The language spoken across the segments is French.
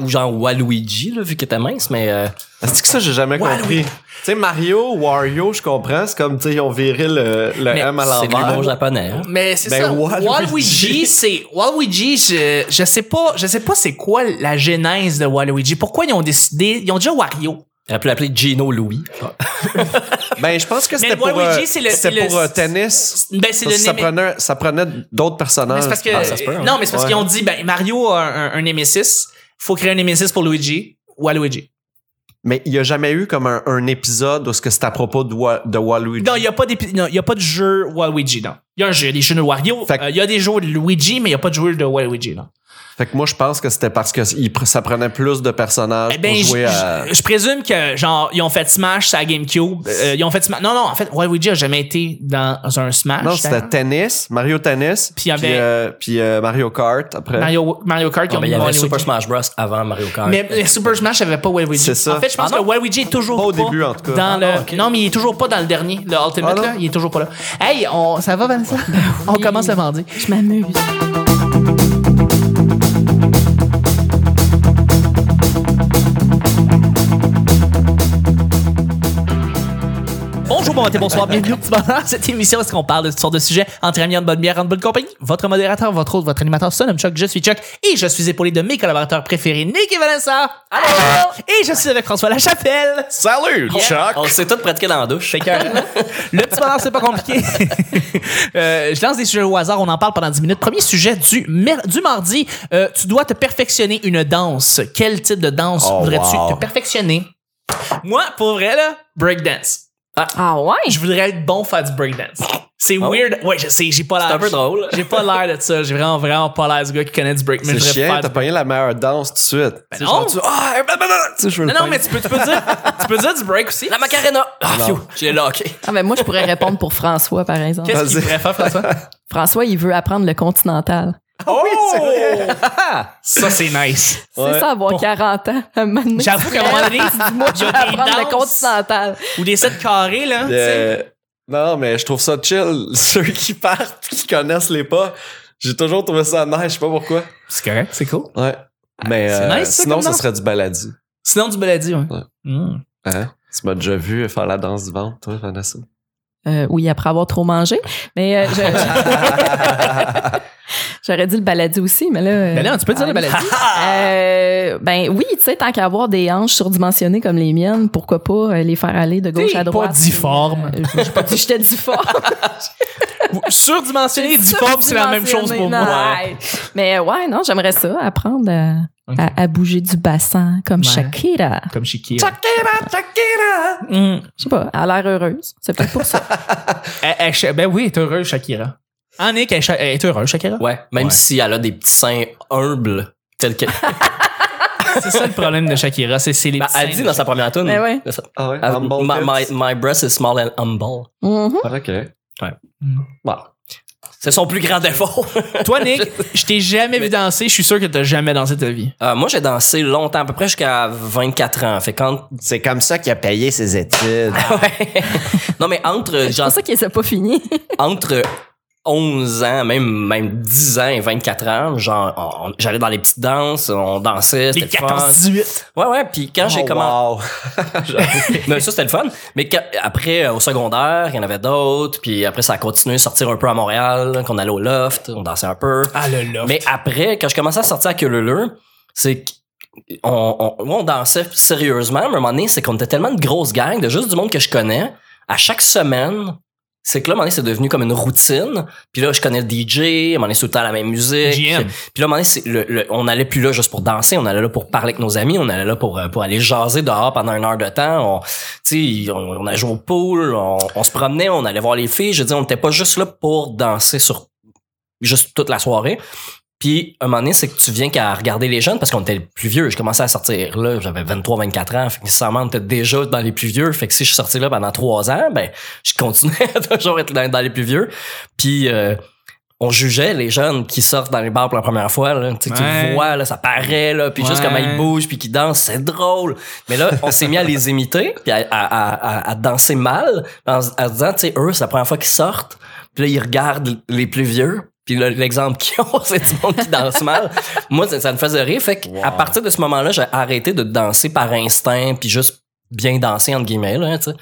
ou genre Waluigi, là, vu qu'il était mince, mais. euh, Est-ce que ça, j'ai jamais compris? Tu sais, Mario, Wario, je comprends. C'est comme, tu sais, ils ont viré le, le mais M à c'est de l'humour l'envers. japonais. hein. Mais c'est Ben, ça. Waluigi. Waluigi, c'est Waluigi. Je, je sais pas, je sais pas c'est quoi la genèse de Waluigi. Pourquoi ils ont décidé, ils ont déjà Wario. Elle peut l'appeler Gino Louis. Ben, je pense que c'était le pour, Waluigi, euh, c'est le- c'était le- pour euh, tennis. Ben Parce c'est le que ça Némé- prenait, ça prenait d'autres Mais personnages. c'est parce que Ah, ça se peut, hein. non, mais c'est parce Ouais. qu'ils ont dit ben Mario a un, un, un Nemesis, faut créer un Nemesis pour Luigi. Waluigi. Mais il n'y a jamais eu comme un, un épisode où ce que c'est à propos de, Wa- de Waluigi. Non, il y a pas d'épi- non, il y a pas de jeu Waluigi non. Il y a un jeu, il y a des jeux de Wario, Fait que- euh, il y a des jeux de Luigi mais il y a pas de jeu de Waluigi non. Fait que moi, je pense que c'était parce que il pre- ça prenait plus de personnages Eh ben, pour je- jouer à... je, je présume que genre ils ont fait Smash sur la GameCube, euh, ils ont fait Smash. Non non, en fait Waluigi a jamais été dans un Smash. Non, c'était d'ailleurs. tennis, Mario Tennis, Puis il puis, y avait- euh, puis, euh, Mario Kart après. Mario Mario Kart Non, ils ont Ah, mais il y mis avait Waluigi. Super Smash Bros. avant Mario Kart. Mais mais Super Smash avait pas Waluigi. C'est ça. En fait, je pense Ah que non? Waluigi est toujours Pas au début, en tout cas. Dans le... Non, mais il est toujours pas dans le dernier, le Ultimate, Ah non? là. Il est toujours pas là. Hey, on... Ben ça va, Vanessa? On commence le mardi. Je m'amuse. Bonjour, bon matin, bonsoir, bienvenue au petit bonheur. Cette émission, est-ce qu'on parle de toutes sortes de sujets entre amis, en bonne bière, en bonne compagnie? Votre modérateur, votre hôte, votre animateur, son nom Chuck, je suis Chuck et je suis épaulé de mes collaborateurs préférés, Nick et Vanessa. Allô! Et je suis avec François Lachapelle. Salut, On s'est tous pratiqués dans la douche. Le petit bonheur, c'est pas compliqué. Euh, je lance des sujets au hasard, on en parle pendant 10 minutes. Premier sujet du, mer- du mardi, euh, tu dois te perfectionner une danse. Quel type de danse Oh, voudrais-tu wow. te perfectionner? Moi, pour vrai, là, breakdance. Ah ouais? Je voudrais être bon faire du breakdance. C'est weird. Ouais, je sais, j'ai pas l'air. C'est un peu drôle. J'ai pas l'air de ça. J'ai vraiment, vraiment pas l'air du gars qui connaît du break. Mais C'est je voudrais chiant, faire t'as du- pogné la meilleure danse tout de suite. Tu sais, non. genre, tu- Ah, ben, ben, ben, tu sais, je veux le Non, non, pogner. mais tu peux, tu peux dire, tu peux dire du break aussi. La Macarena! Ah, Non. phew, j'ai locké. Ah ben moi je pourrais répondre pour François par exemple. Qu'est-ce qu'il Vas-y. pourrait faire, François? François il veut apprendre le continental. Oh! Ça, c'est nice. Ouais. C'est ça avoir 40 ans. un moment donné, J'avoue qu'à un moment donné, Dis-moi, je il y vais a des apprendre le danses. continental. Ou des sets carrés, là. Ah, tu sais. Euh, Non, mais je trouve ça chill. Ceux qui partent, qui connaissent les pas, j'ai toujours trouvé ça nice, je sais pas pourquoi. C'est correct, c'est cool. Ouais. Mais Ah, c'est euh, nice, ça, sinon, comme ça danse. serait du baladi. Sinon, du baladi, ouais. Ouais. Mm. Hein? Tu m'as déjà vu faire la danse du ventre, toi, Vanessa? Euh, oui, après avoir trop mangé. Mais euh, je- je- j'aurais dit le baladi aussi, mais là. euh, Ben là, tu peux dire le baladi. Euh, ben oui, tu sais, tant qu'à avoir des hanches surdimensionnées comme les miennes, pourquoi pas euh, les faire aller de gauche T'es à droite. pas difforme. Euh, j'ai pas dit que j'étais difforme. Surdimensionné et difforme, c'est la même chose pour Non, moi. ouais. Mais euh, ouais, non, j'aimerais ça, apprendre à, Ok. à- à bouger du bassin comme Ouais. Shakira. Comme Shakira. Shakira, Shakira! Mm. Je sais pas, elle a l'air heureuse. C'est peut-être pour ça. Elle- elle ch- ben oui, elle est heureuse, Shakira. En Nick, elle, cha- elle est heureuse, Shakira. Ouais, même Ouais. si elle a des petits seins humbles, tels que. C'est ça le problème de Shakira, c'est c'est les Ben, petits elle seins dit de- dans sa première tune. Mais ouais. Ah ouais? Ah, Humble my, my, tits. my breast is small and humble. Mhm. Ah, OK. Mm. Bon. C'est son plus grand défaut. Toi, Nick, je t'ai jamais vu danser, je suis sûr que t'as jamais dansé de ta vie. Euh, moi, j'ai dansé longtemps, à peu près jusqu'à 24 ans. Fait quand. C'est comme ça qu'il a payé ses études. Ouais. non, mais entre, C'est genre, pour ça qu'elle s'est pas fini. entre 11 ans, même, même 10 ans et 24 ans, genre, on- on- j'allais dans les petites danses, on dansait, Les c'était le fun. 14-18. Ouais, ouais, puis quand Oh, j'ai commencé. Mais ça, c'était le fun. Mais quand- après, euh, au secondaire, il y en avait d'autres. Puis après, ça a continué à sortir un peu à Montréal, là, qu'on allait au loft, on dansait un peu. Ah, le là. Mais après, quand je commençais à sortir à Queuleleu, c'est qu'on on, on dansait sérieusement. Mais à un moment donné, c'est qu'on était tellement de grosses gangs, de juste du monde que je connais. À chaque semaine, c'est que là, à un moment donné, c'est devenu comme une routine. Puis là, je connais le DJ, à un moment donné, c'est tout le temps la même musique. GM. Puis là, à un moment donné, c'est le- le- on allait plus là juste pour danser, on allait là pour parler avec nos amis, on allait là pour, euh, pour aller jaser dehors pendant une heure de temps. On, tu sais, on, on a joué au pool, on, on se promenait, on allait voir les filles. Je veux dire, on n'était pas juste là pour danser sur juste toute la soirée. Puis, un moment donné, c'est que tu viens qu'à regarder les jeunes parce qu'on était les plus vieux. Je commençais à sortir là, j'avais 23, 24 ans. Fait que nécessairement, on était déjà dans les plus vieux. Fait que si je suis sorti là pendant trois ans, ben, je continuais à toujours être dans, dans les plus vieux. Puis, euh, on jugeait les jeunes qui sortent dans les bars pour la première fois. Là. Tu, sais, tu Ouais. le vois, là, ça paraît, là, puis juste Ouais. comment ils bougent, puis qu'ils dansent, c'est drôle. Mais là, on s'est mis à les imiter, puis à, à- à- à danser mal, en, se- en se disant, tu sais, eux, c'est la première fois qu'ils sortent. Puis là, ils regardent les plus vieux. Puis le- l'exemple qu'ils ont, c'est du monde qui danse mal. Moi, ça, ça me faisait rire. Fait que à partir de ce moment-là, j'ai arrêté de danser par instinct, puis juste bien danser, entre guillemets, là, tu sais,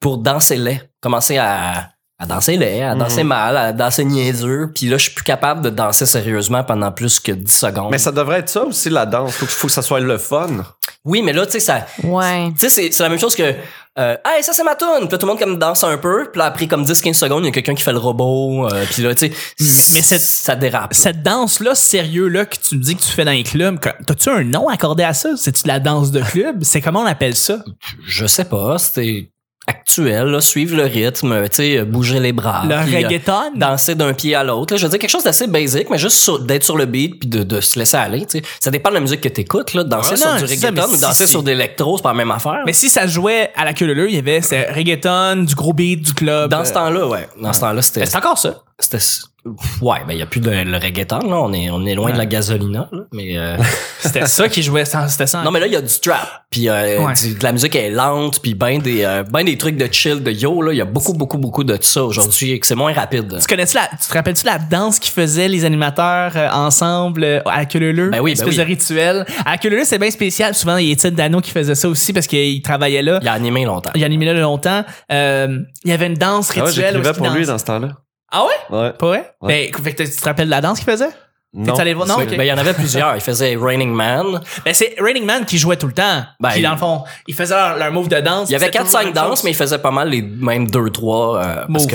pour danser laid. Commencer à, à danser laid, à danser mal, à danser niaiseux. Puis là, je suis plus capable de danser sérieusement pendant plus que 10 secondes. Mais ça devrait être ça aussi, la danse. Faut que, faut que ça soit le fun. Oui, mais là, tu sais, ça... Ouais. Tu sais, c'est- c'est la même chose que euh, Hey, ça c'est ma tune! Puis là, tout le monde comme danse un peu, puis là, après comme 10-15 secondes, il y a quelqu'un qui fait le robot, euh, puis là, tu sais, Mais cette- ça dérape. Cette danse-là, sérieux-là, que tu me dis que tu fais dans les clubs, que- t'as-tu un nom accordé à ça? C'est-tu de la danse de club? C'est comment on appelle ça? Je sais pas, c'était actuel, là, suivre le rythme, tu sais, bouger les bras. le puis, euh, reggaeton? danser d'un pied à l'autre. là. Je veux dire, quelque chose d'assez basique, mais juste sur- d'être sur le beat puis de, de se laisser aller. tu sais. Ça dépend de la musique que t'écoutes. là. Danser Ah sur non, du c'est ça, reggaeton mais ou si danser c'est- sur de l'électro, c'est pas la même affaire. Mais si ça se jouait à la queue leu-leu, il y avait c'est reggaeton, du gros beat, du club. dans ce temps-là, ouais. Dans ce temps-là, c'était... C'est encore ça. c'était ouais mais il y a plus de le reggaeton là on est on est loin de la gasolina là, mais euh, C'était ça qui jouait. sans- C'était ça. non mais là il y a du trap puis euh, Ouais. du- de la musique est lente puis ben des euh, ben des trucs de chill de yo là il y a beaucoup beaucoup beaucoup de ça aujourd'hui et que c'est moins rapide Tu connais-tu la, tu te rappelles-tu la danse qu'ils faisaient les animateurs euh, ensemble euh, à la queue leu leu? Ben oui, Une ben espèce oui. de rituel. À la queue leu leu, c'est bien spécial. Souvent, il y a Étienne Dano qui faisait ça aussi parce qu'il travaillait là. il a animé longtemps Il animait là longtemps. Euh, il y avait une danse Ah ouais, rituelle. où j'écrivais est-ce qu'il pour lui dansait. dans ce temps-là. Ah ouais? Ouais. Pas vrai? Ouais. Ben, fait que tu te rappelles de la danse qu'il faisait? Non. allé le voir? Non, Oui, ok. ben, il y en avait plusieurs il faisait Raining Man Ben, c'est Raining Man qui jouait tout le temps. Ben, qui, dans le fond, ils faisaient leur, leur move de danse. il y avait C'était 4 toujours la 5 même danses chose. mais il faisait pas mal les même 2 3 parce Move. que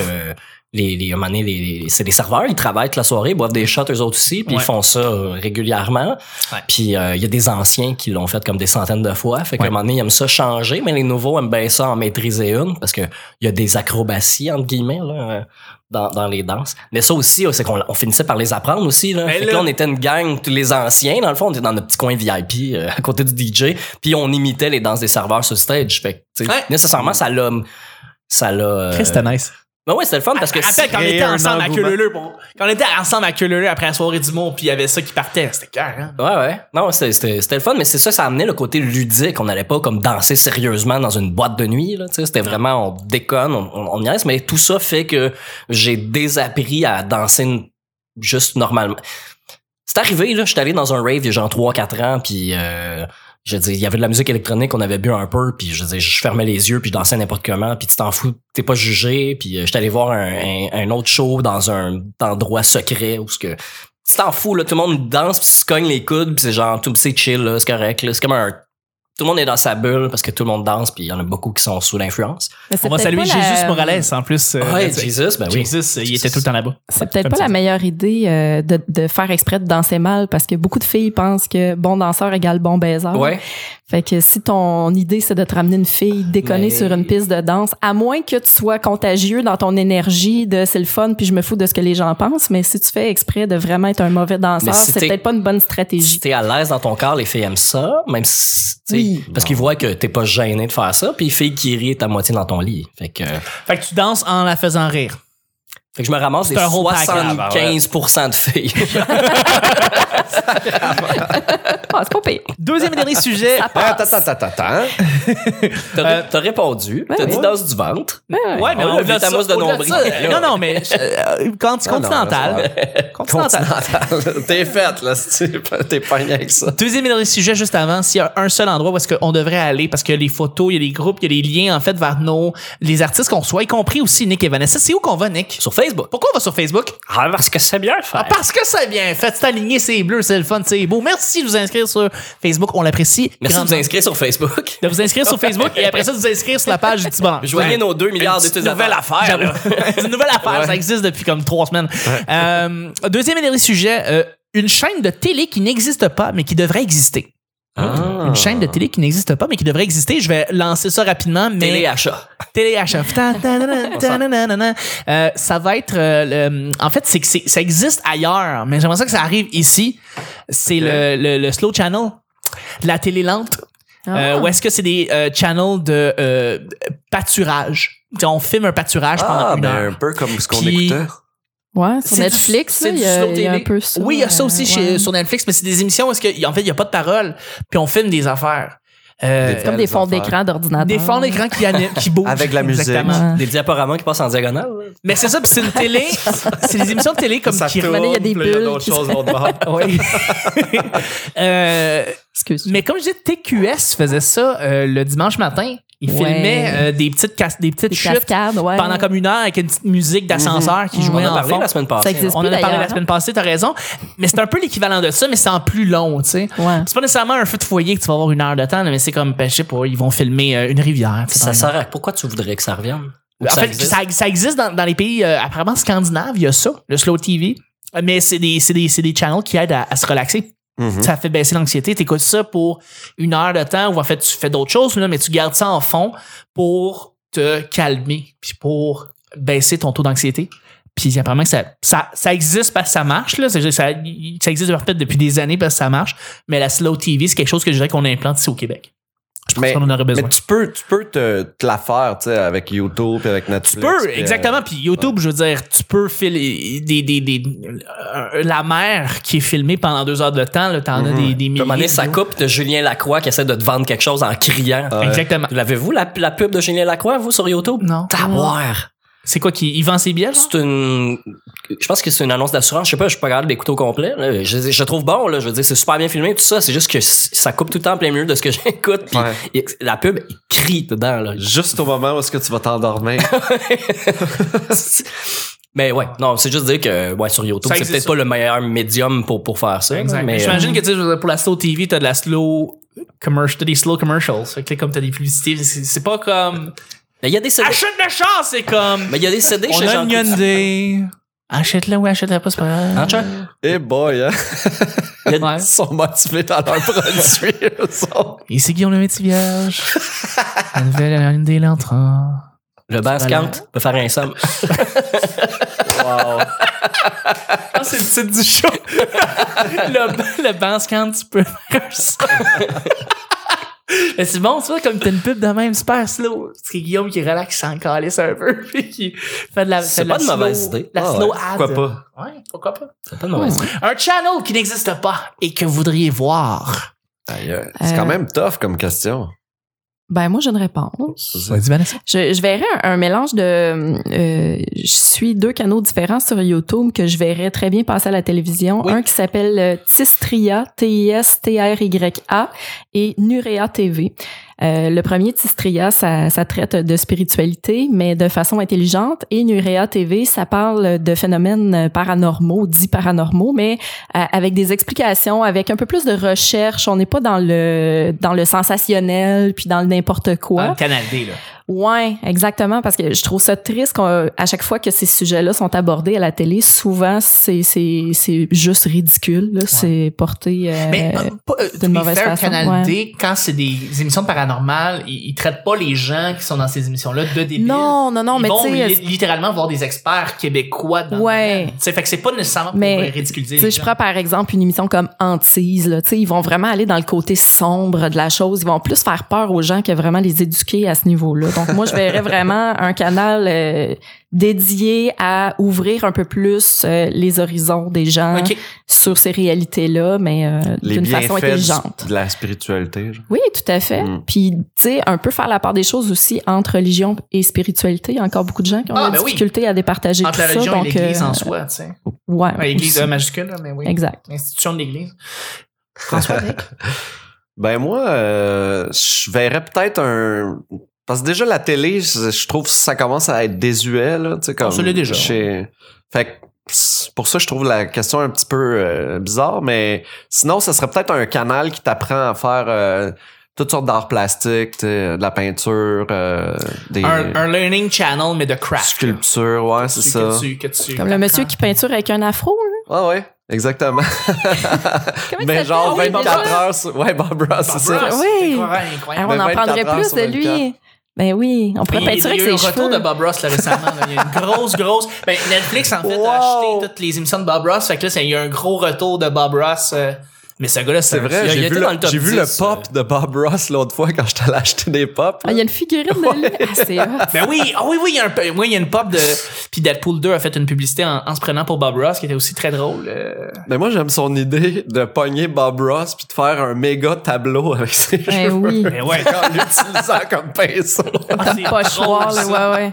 les, les, à un moment donné, les, les- c'est des serveurs, ils travaillent toute la soirée, ils boivent des shots eux autres aussi, puis Ouais. ils font ça euh, régulièrement. Ouais. Puis euh, il y a des anciens qui l'ont fait comme des centaines de fois. Fait qu'à Ouais. un moment donné, ils aiment ça changer, mais les nouveaux aiment bien ça en maîtriser une parce que il y a des acrobaties entre guillemets là, euh, dans, dans les danses. Mais ça aussi, euh, c'est qu'on on finissait par les apprendre aussi. Là. Ben fait là- que là, on était une gang, tous les anciens, dans le fond, on était dans notre petit coin VIP euh, à côté du DJ, puis on imitait les danses des serveurs sur stage. Fait que, tu sais, Ouais. nécessairement, ça l'a. Ça l'a. euh, Chris, c'était nice. ben ouais, c'était le fun parce que Rappelle quand on créer était un ensemble à engouement. Queuleleu, bon, quand on était ensemble à Queuleleu après la soirée du monde, puis il y avait ça qui partait, c'était clair, hein? Ouais, ouais. Non, c'était- c'était c'était le fun, mais c'est ça, ça amenait le côté ludique. On n'allait pas comme danser sérieusement dans une boîte de nuit, là. tu sais. C'était vraiment, on déconne, on, on, on y reste, mais tout ça fait que j'ai désappris à danser n- juste normalement. C'est arrivé, là, j'étais allé dans un rave il y a genre 3-4 ans, puis euh, je dis, il y avait de la musique électronique, on avait bu un peu, puis je dis, je fermais les yeux, puis je dansais n'importe comment, puis tu t'en fous, t'es pas jugé, puis euh, j'étais allé voir un, un- un autre show dans un endroit secret où ce que tu t'en fous là, tout le monde danse, puis se cogne les coudes, puis c'est genre tout c'est chill là, c'est correct là, c'est comme un tout le monde est dans sa bulle parce que tout le monde danse, puis il y en a beaucoup qui sont sous l'influence. Mais c'est On va peut-être saluer pas Jésus la- Morales, en plus. euh, ouais, là-dessus. Jesus, ben oui. Jesus, euh, il était tout le temps là-bas. C'est peut-être Comme pas ça. la meilleure idée euh, de, de faire exprès de danser mal parce que beaucoup de filles pensent que bon danseur égale bon baiser. Ouais. Fait que si ton idée c'est de te ramener une fille déconner Mais- sur une piste de danse, à moins que tu sois contagieux dans ton énergie de c'est le fun puis je me fous de ce que les gens pensent, mais si tu fais exprès de vraiment être un mauvais danseur, si c'est t'es- peut-être pas une bonne stratégie. Si t'es à l'aise dans ton corps, les filles aiment ça, même si, tu sais, Oui. parce qu'ils voient que t'es pas gêné de faire ça, puis fille qui rit est à moitié dans ton lit. Fait que, fait Fait que tu danses en la faisant rire. que je me ramasse des C'est un whole package. 75% de filles. Ah, c'est pas pire. Deuxième et dernier sujet. Ah, attends, attends, attends, attends. hein? T'as t'as répondu, t'as ouais. dit danse du ventre. Ouais, mais On on l'a au-delà vu, ta mousse de au-delà nombril. ça, euh, Non, non, mais euh, quand tu Non, non, continental. Continental. T'es faite, là. si tu- T'es pogné avec ça. Deuxième et dernier sujet juste avant, s'il y a un seul endroit où est-ce qu'on devrait aller, parce que les photos, il y a les groupes, il y a les liens en fait vers nos les artistes qu'on soit, y compris aussi Nick et Vanessa. C'est où qu'on va, Nick? Sur Facebook. Pourquoi on va sur Facebook? Ah, parce que c'est bien fait. Ah, parce que c'est bien fait, c'est aligné, c'est bleu, c'est le fun, c'est beau. Merci de vous inscrire sur Facebook, on l'apprécie. Merci de vous grandement. inscrire sur Facebook. de vous inscrire sur Facebook et après ça de vous inscrire sur la page du petit bonheur. Joignez nos 2 milliards C'est de une nouvelle affaire. là. C'est une nouvelle affaire. Ça existe depuis comme trois semaines. Euh, deuxième et dernier sujet. euh, une chaîne de télé qui n'existe pas, mais qui devrait exister. Ah. Une chaîne de télé qui n'existe pas, mais qui devrait exister. Je vais lancer ça rapidement, mais... Téléachat. Téléachat. Ta- ta- ta- ta- ta- ta- ta- ta- ta. Euh, ça va être. euh, le- en fait, c'est que c'est- ça existe ailleurs, mais j'aimerais ça que ça arrive ici. C'est le, le- le slow channel, de la télé lente. Euh, Ah. Ou est-ce que c'est des euh, channels de euh, pâturage? Tu sais, on filme un pâturage pendant Ah, une ben heure. un peu comme ce qu'on Puis- écoutait. Ouais, sur C'est du- Netflix, c'est là, il y, du a- slow il y a un télé. peu ça. Oui, il y a ça aussi euh, chez, ouais. sur Netflix, mais c'est des émissions où est-ce que, en fait, il n'y a pas de parole, puis on filme des affaires. Euh, Comme des fonds affaires. d'écran d'ordinateur. des fonds d'écran qui, animent- qui bougent. Avec la musique. Exactement. Ouais. Des diaporamas qui passent en diagonale. Mais c'est ça, puis c'est une télé. c'est des émissions de télé comme Ça qui. tourne, il y a des puis là, il y a bulles d'autres qui choses d'autre part. Oui. Euh, Excuse. mais comme je disais, TQS faisait ça euh, le dimanche matin. Ils Ouais. filmaient euh, des petites, cas- des petites Des chutes cascades, Mhm. ouais. pendant comme une heure avec une petite musique d'ascenseur qui On jouait en a en parlé fond. la semaine passée. Ça existe On en plus, a parlé la d'ailleurs. semaine passée, t'as raison. Mais c'est un peu l'équivalent de ça, mais c'est en plus long, tu sais. Ouais. C'est pas nécessairement un feu de foyer que tu vas avoir une heure de temps, là, mais c'est comme, ben, je sais pas, ils vont filmer euh, une rivière. tu sais, Ça dans- sert à pourquoi tu voudrais que ça revienne? Ou que en ça fait, existe? ça, ça existe dans, dans les pays euh, apparemment scandinaves, il y a ça, le slow TV. Mais c'est des, c'est des, c'est des channels qui aident à, à se relaxer. Mm-hmm. Ça fait baisser l'anxiété. T'écoutes ça pour une heure de temps ou en fait, tu fais d'autres choses, là, mais tu gardes ça en fond pour te calmer puis pour baisser ton taux d'anxiété. Puis apparemment que ça, ça, ça existe parce que ça marche. Là. C'est-à-dire que Ça, ça existe en fait, depuis des années parce que ça marche. Mais la slow TV, c'est quelque chose que je dirais qu'on implante ici au Québec. Je pense Mais- qu'on en aurait besoin. Mais tu peux, tu peux te, te la faire, tu sais, avec YouTube puis avec Netflix. Tu peux, puis, euh, exactement. Puis YouTube, je veux dire, tu peux filer des, des, des, euh, la mer qui est filmée pendant deux heures de temps. là, T'en as des, des Puis à Mhm. un moment milliers. donné, ça de- coupe de Julien Lacroix qui essaie de te vendre quelque chose en criant. Exactement. L'avez-vous, la, la pub de Julien Lacroix, vous, sur YouTube? Non. Taboire! C'est quoi qui il vend ses billets? là? C'est une. Je pense que c'est une annonce d'assurance. Je sais pas, je suis pas capable d'écouter au complet. là. Je, je trouve bon, là. Je veux dire, c'est super bien filmé, tout ça. C'est juste que c- ça coupe tout le temps en plein milieu de ce que j'écoute. Puis Ouais. il- la pub, il crie dedans, là. Juste au moment où est-ce que tu vas t'endormir. Mais Ben ouais, non, c'est juste dire que ouais, sur YouTube, Ça c'est existe, peut-être ça. pas le meilleur médium pour, pour faire ça. Exact. Mais, euh, J'imagine que tu sais, je veux dire, pour la slow TV, t'as de la slow commercial, t'as des slow commercials. Fait que là, comme t'as des publicités, c'est c'est pas comme mais il y a des CD. achète le char, c'est comme Mais il y a des CD on chez a Jean une Hyundai. Achète-la ou achète-la pas, c'est pas grave. Hein, Chuck? Eh boy, hein? Il y a- Ouais. Ils sont motivés dans leur produit. eux autres. Ici Guillaume le métier vierge. la nouvelle Hyundai l'entrant. Le Basecamp Voilà. peut faire un somme. Ah, Ah, c'est le titre du show. le, le Bandcamp, tu peux faire ça. Mais c'est bon, tu vois, comme t'as une pub de même super slow. C'est Guillaume qui relaxe sans calisse un peu, puis qui fait de la C'est fait pas la une mauvaise slow- idée. La Ah slow ouais, ad. Pourquoi pas? Ouais, pourquoi pas. C'est pas une mauvaise idée. Un channel qui n'existe pas et que vous voudriez voir. aïe, aïe. C'est quand Euh, même tough comme question. Ben, moi, j'ai une réponse. Vas-y, Vanessa. Je, je verrais un, un mélange de. euh, je suis deux canaux différents sur YouTube que je verrais très bien passer à la télévision. Oui. Un qui s'appelle euh, Tistria, T-I-S-T-R-Y-A, et Nurea TV. Euh, le premier, Tistria, ça, ça traite de spiritualité, mais de façon intelligente. Et Nurea TV, ça parle de phénomènes euh, paranormaux, dits paranormaux, mais euh, avec des explications, avec un peu plus de recherche. On n'est pas dans le, dans le sensationnel, puis dans le n'importe quoi. Canal D, là. Ouais, exactement, parce que je trouve ça triste qu'à chaque fois que ces sujets-là sont abordés à la télé, souvent c'est c'est c'est juste ridicule, là, c'est porté. euh, Mais euh, pas- euh, d'une to be mauvaise fair, façon, Canal ouais. D, quand c'est des émissions de paranormal, ils, ils traitent pas les gens qui sont dans ces émissions-là de débiles. non, non, non, ils mais vont tu sais, euh, li- littéralement voir des experts québécois dans Ouais. le domaine. Tu sais, fait que c'est pas nécessairement pour Mais, ridiculiser Tu les sais, je gens. prends par exemple une émission comme Antise, là, tu sais, ils vont vraiment aller dans le côté sombre de la chose. Ils vont plus faire peur aux gens que vraiment les éduquer à ce niveau-là. Donc, moi, je verrais vraiment un canal euh, dédié à ouvrir un peu plus euh, les horizons des gens Ok. sur ces réalités-là, mais euh, Les d'une façon bienfaits intelligente. du- de la spiritualité. genre. Oui, tout à fait. Mm. Puis, tu sais, un peu faire la part des choses aussi entre religion et spiritualité. Il y a encore beaucoup de gens qui ont Ah, la ben oui. difficulté à départager Entre tout la religion ça. et Donc, l'église euh, en soi, tu sais. ouais, Ouais, l'église aussi. euh, majuscule, là, mais oui. Exact. L'institution de l'église. Ben moi, euh, je verrais peut-être un... Parce que déjà, la télé, je je trouve que ça commence à être désuet. Là, tu sais, comme se Ah, l'est déjà. chez- Fait que c'est pour ça, je trouve la question un petit peu euh, bizarre. Mais sinon, ça serait peut-être un canal qui t'apprend à faire... euh, toutes sortes d'arts plastiques, tu sais, de la peinture, euh, des Un, un learning channel, mais de craft. sculptures, ouais, c'est Tu- ça. que tu- que tu- Comme le monsieur qui peinture avec un afro, là. Ah ouais, exactement. Comment Mais il Ben, genre s'appelle? Ah Oui, 24 Bob heures. sur- Ouais, Bob Ross, c'est Bob ça. Ross, Oui. incroyable, Ah, incroyable. on en 24 prendrait heures plus Ben, sur de lui. Ben oui, on pourrait Puis, peinturer il y avec a eu le ses retour cheveux. de Bob Ross là, récemment. là. Il y a une grosse, grosse. Ben, Netflix, en fait, a Wow. acheté toutes les émissions de Bob Ross. Fait que là, ça- il y a un gros retour de Bob Ross euh, Mais ce gars-là, C'est vrai, j'ai vu, le, j'ai vu le euh. pop de Bob Ross l'autre fois quand je t'allais acheter des pop. Ah, il y a une figurine de lui. Ah, c'est hot. Ben oui, ah oui, oui, il y a, un, peu- oui, il y a une pop de. Puis Deadpool 2 a fait une publicité en, en se prenant pour Bob Ross qui était aussi très drôle. euh. Mais moi, j'aime son idée de pogner Bob Ross puis de faire un méga tableau avec ses Ben cheveux. oui. Mais ouais. En l'utilisant comme pinceau. Ah, c'est Pochoir, drôle, là, ça. ouais, ouais.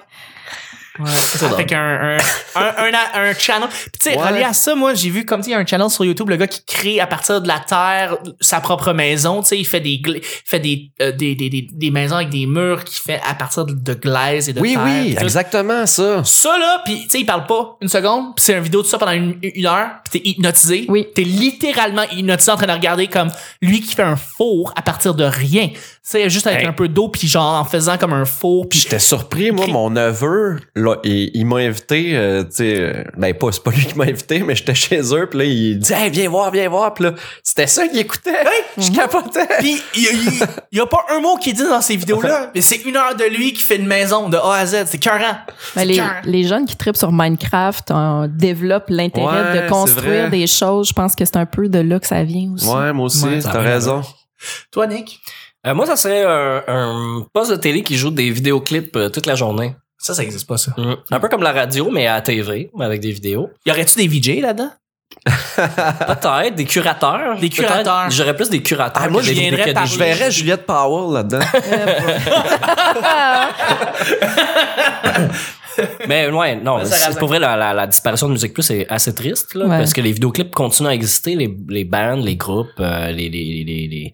Ouais, avec un, un, un, un, un channel. Puis tu sais, Ouais. relié à ça, moi, j'ai vu comme tu sais, il y a un channel sur YouTube, le gars qui crée à partir de la terre sa propre maison. Tu sais, il fait des gla- il fait des, euh, des, des, des, des maisons avec des murs qu'il fait à partir de- de glaise et de Oui, terre. oui, Puis tout. exactement ça. Ça là, puis tu sais, il parle pas une seconde, puis c'est une vidéo de ça pendant une, une heure, puis t'es hypnotisé. Oui. T'es littéralement hypnotisé en train de regarder comme lui qui fait un four à partir de rien. Tu sais, juste avec Hey. un peu d'eau, puis genre en faisant comme un four, Puis puis j'étais surpris, moi, Cri- mon neveu, là, il, il m'a invité, euh, tu sais, euh, ben pas, c'est pas lui qui m'a invité, mais j'étais chez eux, puis là, il dit, hey, viens voir, viens voir, puis là, c'était ça qu'il écoutait. Mhm. Je capotais. Puis il y a- il y, a pas un mot qui est dit dans ces vidéos-là, mais c'est une heure de lui qui fait une maison de A à Z. C'est cœurant. Ben, C'est les, cœurant. les jeunes qui tripent sur Minecraft euh, développent l'intérêt Ouais, c'est de vrai. construire des choses. Je pense que c'est un peu de là que ça vient aussi. Ouais, moi aussi, Ouais, ça t'as a rien à raison. Toi, Nick, Euh, moi, ça serait un, un poste de télé qui joue des vidéoclips euh, toute la journée. ça, ça existe pas, ça. Un peu comme la radio, mais à la TV, mais avec des vidéos. Y aurait-tu des VJ là-dedans? Peut-être des curateurs. Ah. Des Peut-être. curateurs. J'aurais plus des curateurs. Ah, moi, que je des- viendrais que des- par- Je verrais Juliette Powell là-dedans. Mais ouais, non, Ça, ça c'est- raison. pour vrai, la, la- la disparition de Musique Plus est assez triste, là, Ouais. parce que les vidéoclips continuent à exister, les, les bands, les groupes, euh, les, les, les, les,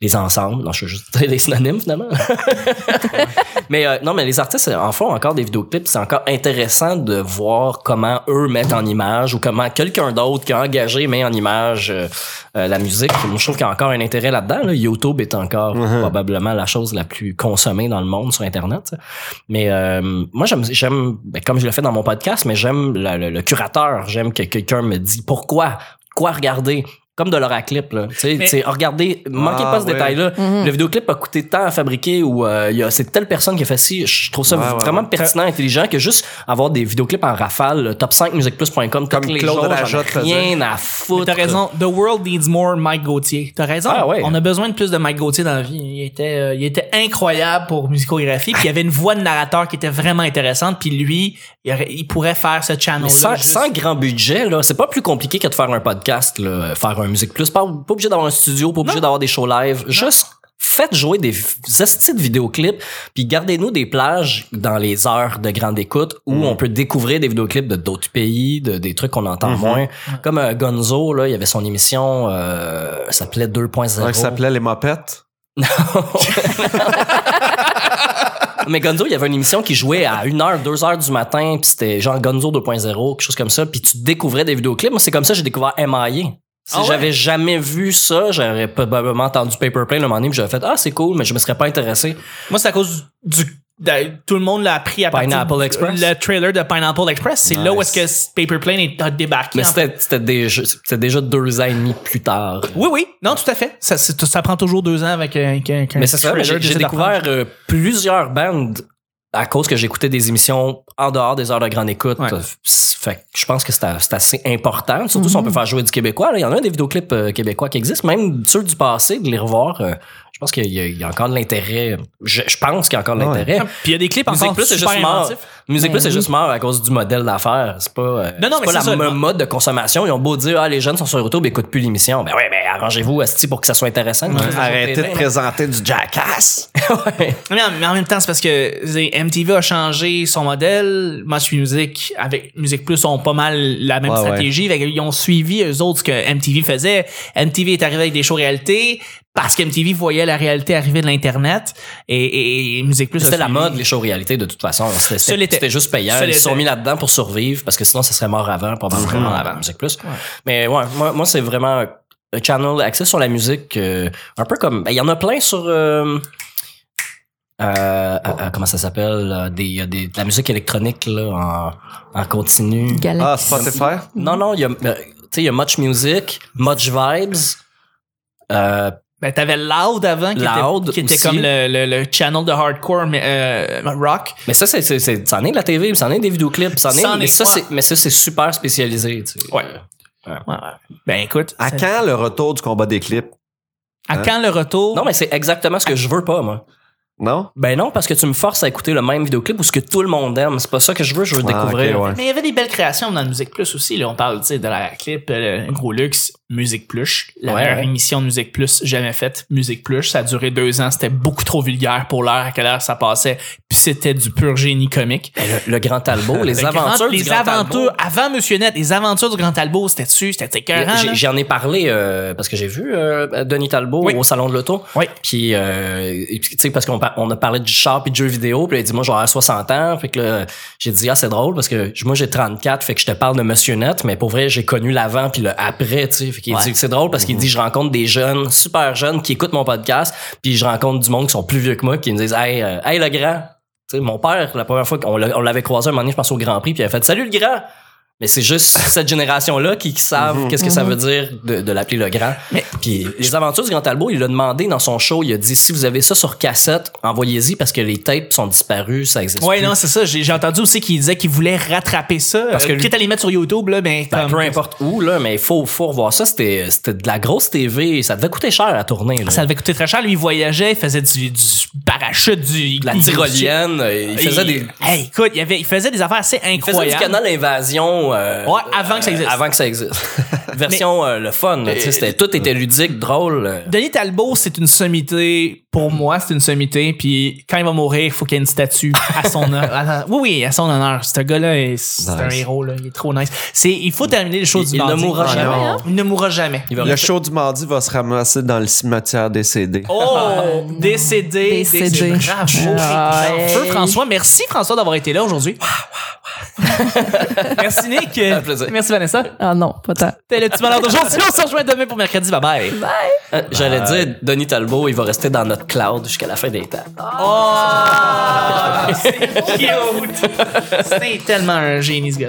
les ensembles. Non, je suis juste des synonymes, finalement. mais euh, non, mais les artistes en font encore des vidéoclips. C'est encore intéressant de voir comment eux mettent en image ou comment quelqu'un d'autre qui a engagé met en image euh, euh, la musique. Moi, je trouve qu'il y a encore un intérêt là-dedans. là. YouTube est encore probablement la chose la plus consommée dans le monde sur Internet. ça. Mais euh, moi, j'aime, j'aime ben, comme je le fais dans mon podcast, mais j'aime le, le- le curateur. J'aime que quelqu'un me dit pourquoi, quoi regarder. Comme de l'oraclip, là. Tu sais, Mais- c'est- regardez, manquez Ah, pas ce ouais. détail-là. Mhm. Le vidéoclip a coûté tant à fabriquer ou euh, il y a- c'est telle personne qui a fait ci. Je trouve ça Ouais, ouais, vraiment ouais. pertinent, intelligent que juste avoir des vidéoclips en rafale, le Comme top5musicplus.com, tous les Claude jours, j'en ai Rajotte rien à Mais foutre. T'as raison. The world needs more Mike Gauthier. T'as raison. Ah ouais. On a besoin de plus de Mike Gauthier dans la vie. Il était, euh, il était incroyable pour musicographie. Puis il avait une voix de narrateur qui était vraiment intéressante. Puis lui, il, aurait- il pourrait faire ce Mais channel-là. sans, juste- sans grand budget, là, c'est pas plus compliqué que de faire un podcast, là, faire un musique plus. Pas, pas obligé d'avoir un studio, pas obligé d'avoir des shows live. Juste faites jouer des estis de vidéoclips, puis gardez-nous des plages dans les heures de grande écoute où on peut découvrir des vidéoclips de d'autres pays, de, des trucs qu'on entend moins. Comme euh, Gonzo, là, il y avait son émission, euh, ça s'appelait 2.0. Ça s'appelait Les Mopettes. Ah, Mais Gonzo, il y avait une émission qui jouait à 1h, 2h du matin, puis c'était genre Gonzo 2.0, quelque chose comme ça, puis tu découvrais des vidéoclips. Moi, c'est comme ça que j'ai découvert M.I.A. Si Ah ouais? j'avais jamais vu ça, j'aurais probablement entendu Paper Plane un moment donné, puis j'aurais fait Ah, c'est cool, mais je me serais pas intéressé. Moi, c'est à cause du. de- tout le monde l'a appris à partir Pineapple du- Express. Le trailer de Pineapple Express. C'est là où est-ce que Paper Plane est débarqué. Mais en c'était c'était déjà, c'était déjà deux ans et demi plus tard. Oui, oui. Non, tout à fait. Ça, c'est- ça prend toujours deux ans avec un. avec un- avec un Mais c'est ça, mais trailer j'ai j'ai d'essayer découvert euh, plusieurs bandes à cause que j'écoutais des émissions en dehors des heures de grande écoute. Ouais. Euh, Fait que je pense que c'est à- c'est assez important, surtout Mm-hmm. si on peut faire jouer du québécois. là. Il y en a des vidéoclips euh, québécois qui existent, même ceux du passé, de les revoir. euh, je pense qu'il y, a- il y a encore de l'intérêt. Je, je pense qu'il y a encore de l'intérêt. d'apprendre. Ah, Puis il y a des clips Musique encore Plus c'est super juste mort. inventifs. Mm-hmm. Musique Ben Plus c'est oui. juste mort à cause du modèle d'affaires. C'est pas, euh, Non, non, c'est mais pas c'est la ça, le- même mode de consommation. Ils ont beau dire ah les jeunes sont sur YouTube, écoutent plus l'émission. Ben ouais, mais arrangez-vous asti pour que ça soit intéressant. Arrêtez de Ouais. présenter du jackass. Ouais. Mais en, mais en même temps, c'est parce que c'est- MTV a changé son modèle. Match Music avec Music Plus ont pas mal la même Ouais, stratégie. ils ont suivi eux autres ce que MTV faisait. MTV est arrivé avec des shows réalité parce que MTV voyait la réalité arriver de l'internet et, et, et Music Plus. a C'était la suivi. mode, les shows réalité, de toute façon. C'était- Ça C'était l'était. c'était juste payant. Ça Ils se sont l'était. mis là-dedans pour survivre parce que sinon, ça serait mort avant, probablement avant Musique Plus. Mais ouais, moi, moi c'est vraiment un channel axé sur la musique. euh, un peu comme. Il y en a plein sur. euh, euh, euh, euh, comment ça s'appelle euh, des, des- de la musique électronique là, en, en continu. Ah, Galaxy. Spotify? Non, non, il y a, euh, tu sais, il y a Much Music, Much Vibes, euh, Ben, t'avais Loud avant qui Loud était, qui était aussi. comme le, le, le channel de hardcore mais, euh, rock. Mais ça, c'est, c'est, c'est, c'en est de la TV, c'en est des vidéoclips, c'en est, C'en mais, est, ça, ouais. c'est, mais ça, c'est super spécialisé, tu sais. Ouais. Ouais, ouais. Ben écoute, À c'est- quand le retour du combat des clips? à hein? quand le retour? Non, mais c'est exactement ce que je veux pas, moi. Non? Ben non, parce que tu me forces à écouter le même vidéoclip ou ce que tout le monde aime. C'est pas ça que je veux, je veux Ah, découvrir. ok, ouais. Mais il y avait des belles créations dans le Musique Plus aussi. Là. On parle tu sais, de la clip euh, Gros Luxe, Musique Plus. La Ouais, meilleure ouais. émission de Musique Plus jamais faite, Musique Plus. Ça a duré deux ans. C'était beaucoup trop vulgaire pour l'heure à quelle heure ça passait. Puis c'était du pur génie comique. Ben, le, le Grand Talbot, les Le grand- aventures du les Grand Talbot. aventures avant Monsieur Net, les aventures du Grand Talbot, c'était dessus, c'était écœurant. J'ai- là. J'en ai parlé euh, parce que j'ai vu euh, Denis Talbot Oui. au salon de l'auto. Oui. Puis, euh, et puis, tu sais, parce qu'on par- on a parlé du char puis de jeux vidéo. Puis il a dit, moi, j'aurai 60 ans. Fait que là, j'ai dit, ah, c'est drôle parce que j- moi, j'ai 34. Fait que je te parle de Monsieur Net. Mais pour vrai, j'ai connu l'avant puis le après, tu sais. Fait qu'il Ouais. Mhm. dit, c'est drôle parce qu'il dit, je rencontre des jeunes, super jeunes qui écoutent mon podcast. Puis je rencontre du monde qui sont plus vieux que moi qui me disent, hey, euh, hey, le grand. Tu sais, mon père, la première fois qu'on l'a- on l'avait croisé un moment donné, je pense au Grand Prix, puis il a fait Salut le grand! Mais c'est juste cette génération-là qui, qui savent qu'est-ce que ça veut dire de, de l'appeler le grand. Mhm. Mais- Puis les aventures du Grand Talbot, il l'a demandé dans son show, il a dit si vous avez ça sur cassette, envoyez-y parce que les tapes sont disparues, ça existe Ouais, plus. non, c'est ça. J'ai j'ai entendu aussi qu'il disait qu'il voulait rattraper ça. Parce que que lui- quitte à les mettre sur YouTube, là, ben, Ben, comme- peu importe où là, mais il faut faut revoir ça, c'était c'était de la grosse TV, ça devait coûter cher à tourner là. Ah, Ça devait coûter très cher. Lui, il voyageait, il faisait du, du parachute, du, de la tyrolienne, il faisait des Hey, écoute, il, avait, il faisait des affaires assez il faisait incroyables. du canal invasion euh, Ouais, avant que ça existe. avant que ça existe. Version euh, le fun, là, tu sais, c'était tout était ludique, drôle. euh. Denis Talbot, c'est une sommité. Pour moi, c'est une sommité. Puis quand il va mourir, il faut qu'il y ait une statue à son honneur. Oui, oui, à son honneur. Ce gars-là, est- c'est un héros. Là. Il est trop nice. C'est, il faut terminer les choses Il- du il ne mardi. mourra Ah, jamais, non. hein? Il ne mourra jamais. Il va Le show du mardi va se ramasser dans le cimetière des CD. Ah. Oh, décédé, Décédé. décédé. Bravo. Ah, Feu, hey. François. Merci, François, d'avoir été là aujourd'hui. merci, Nick. fait plaisir. Merci, Vanessa. Ah non, pas tant. C'était le petit malheur d'aujourd'hui. On se rejoint demain pour mercredi. Bye bye. Euh, J'allais dire, Denis Talbot, il va rester dans notre cloud jusqu'à la fin des temps. C'est cute. C'est tellement un génie, ce gars.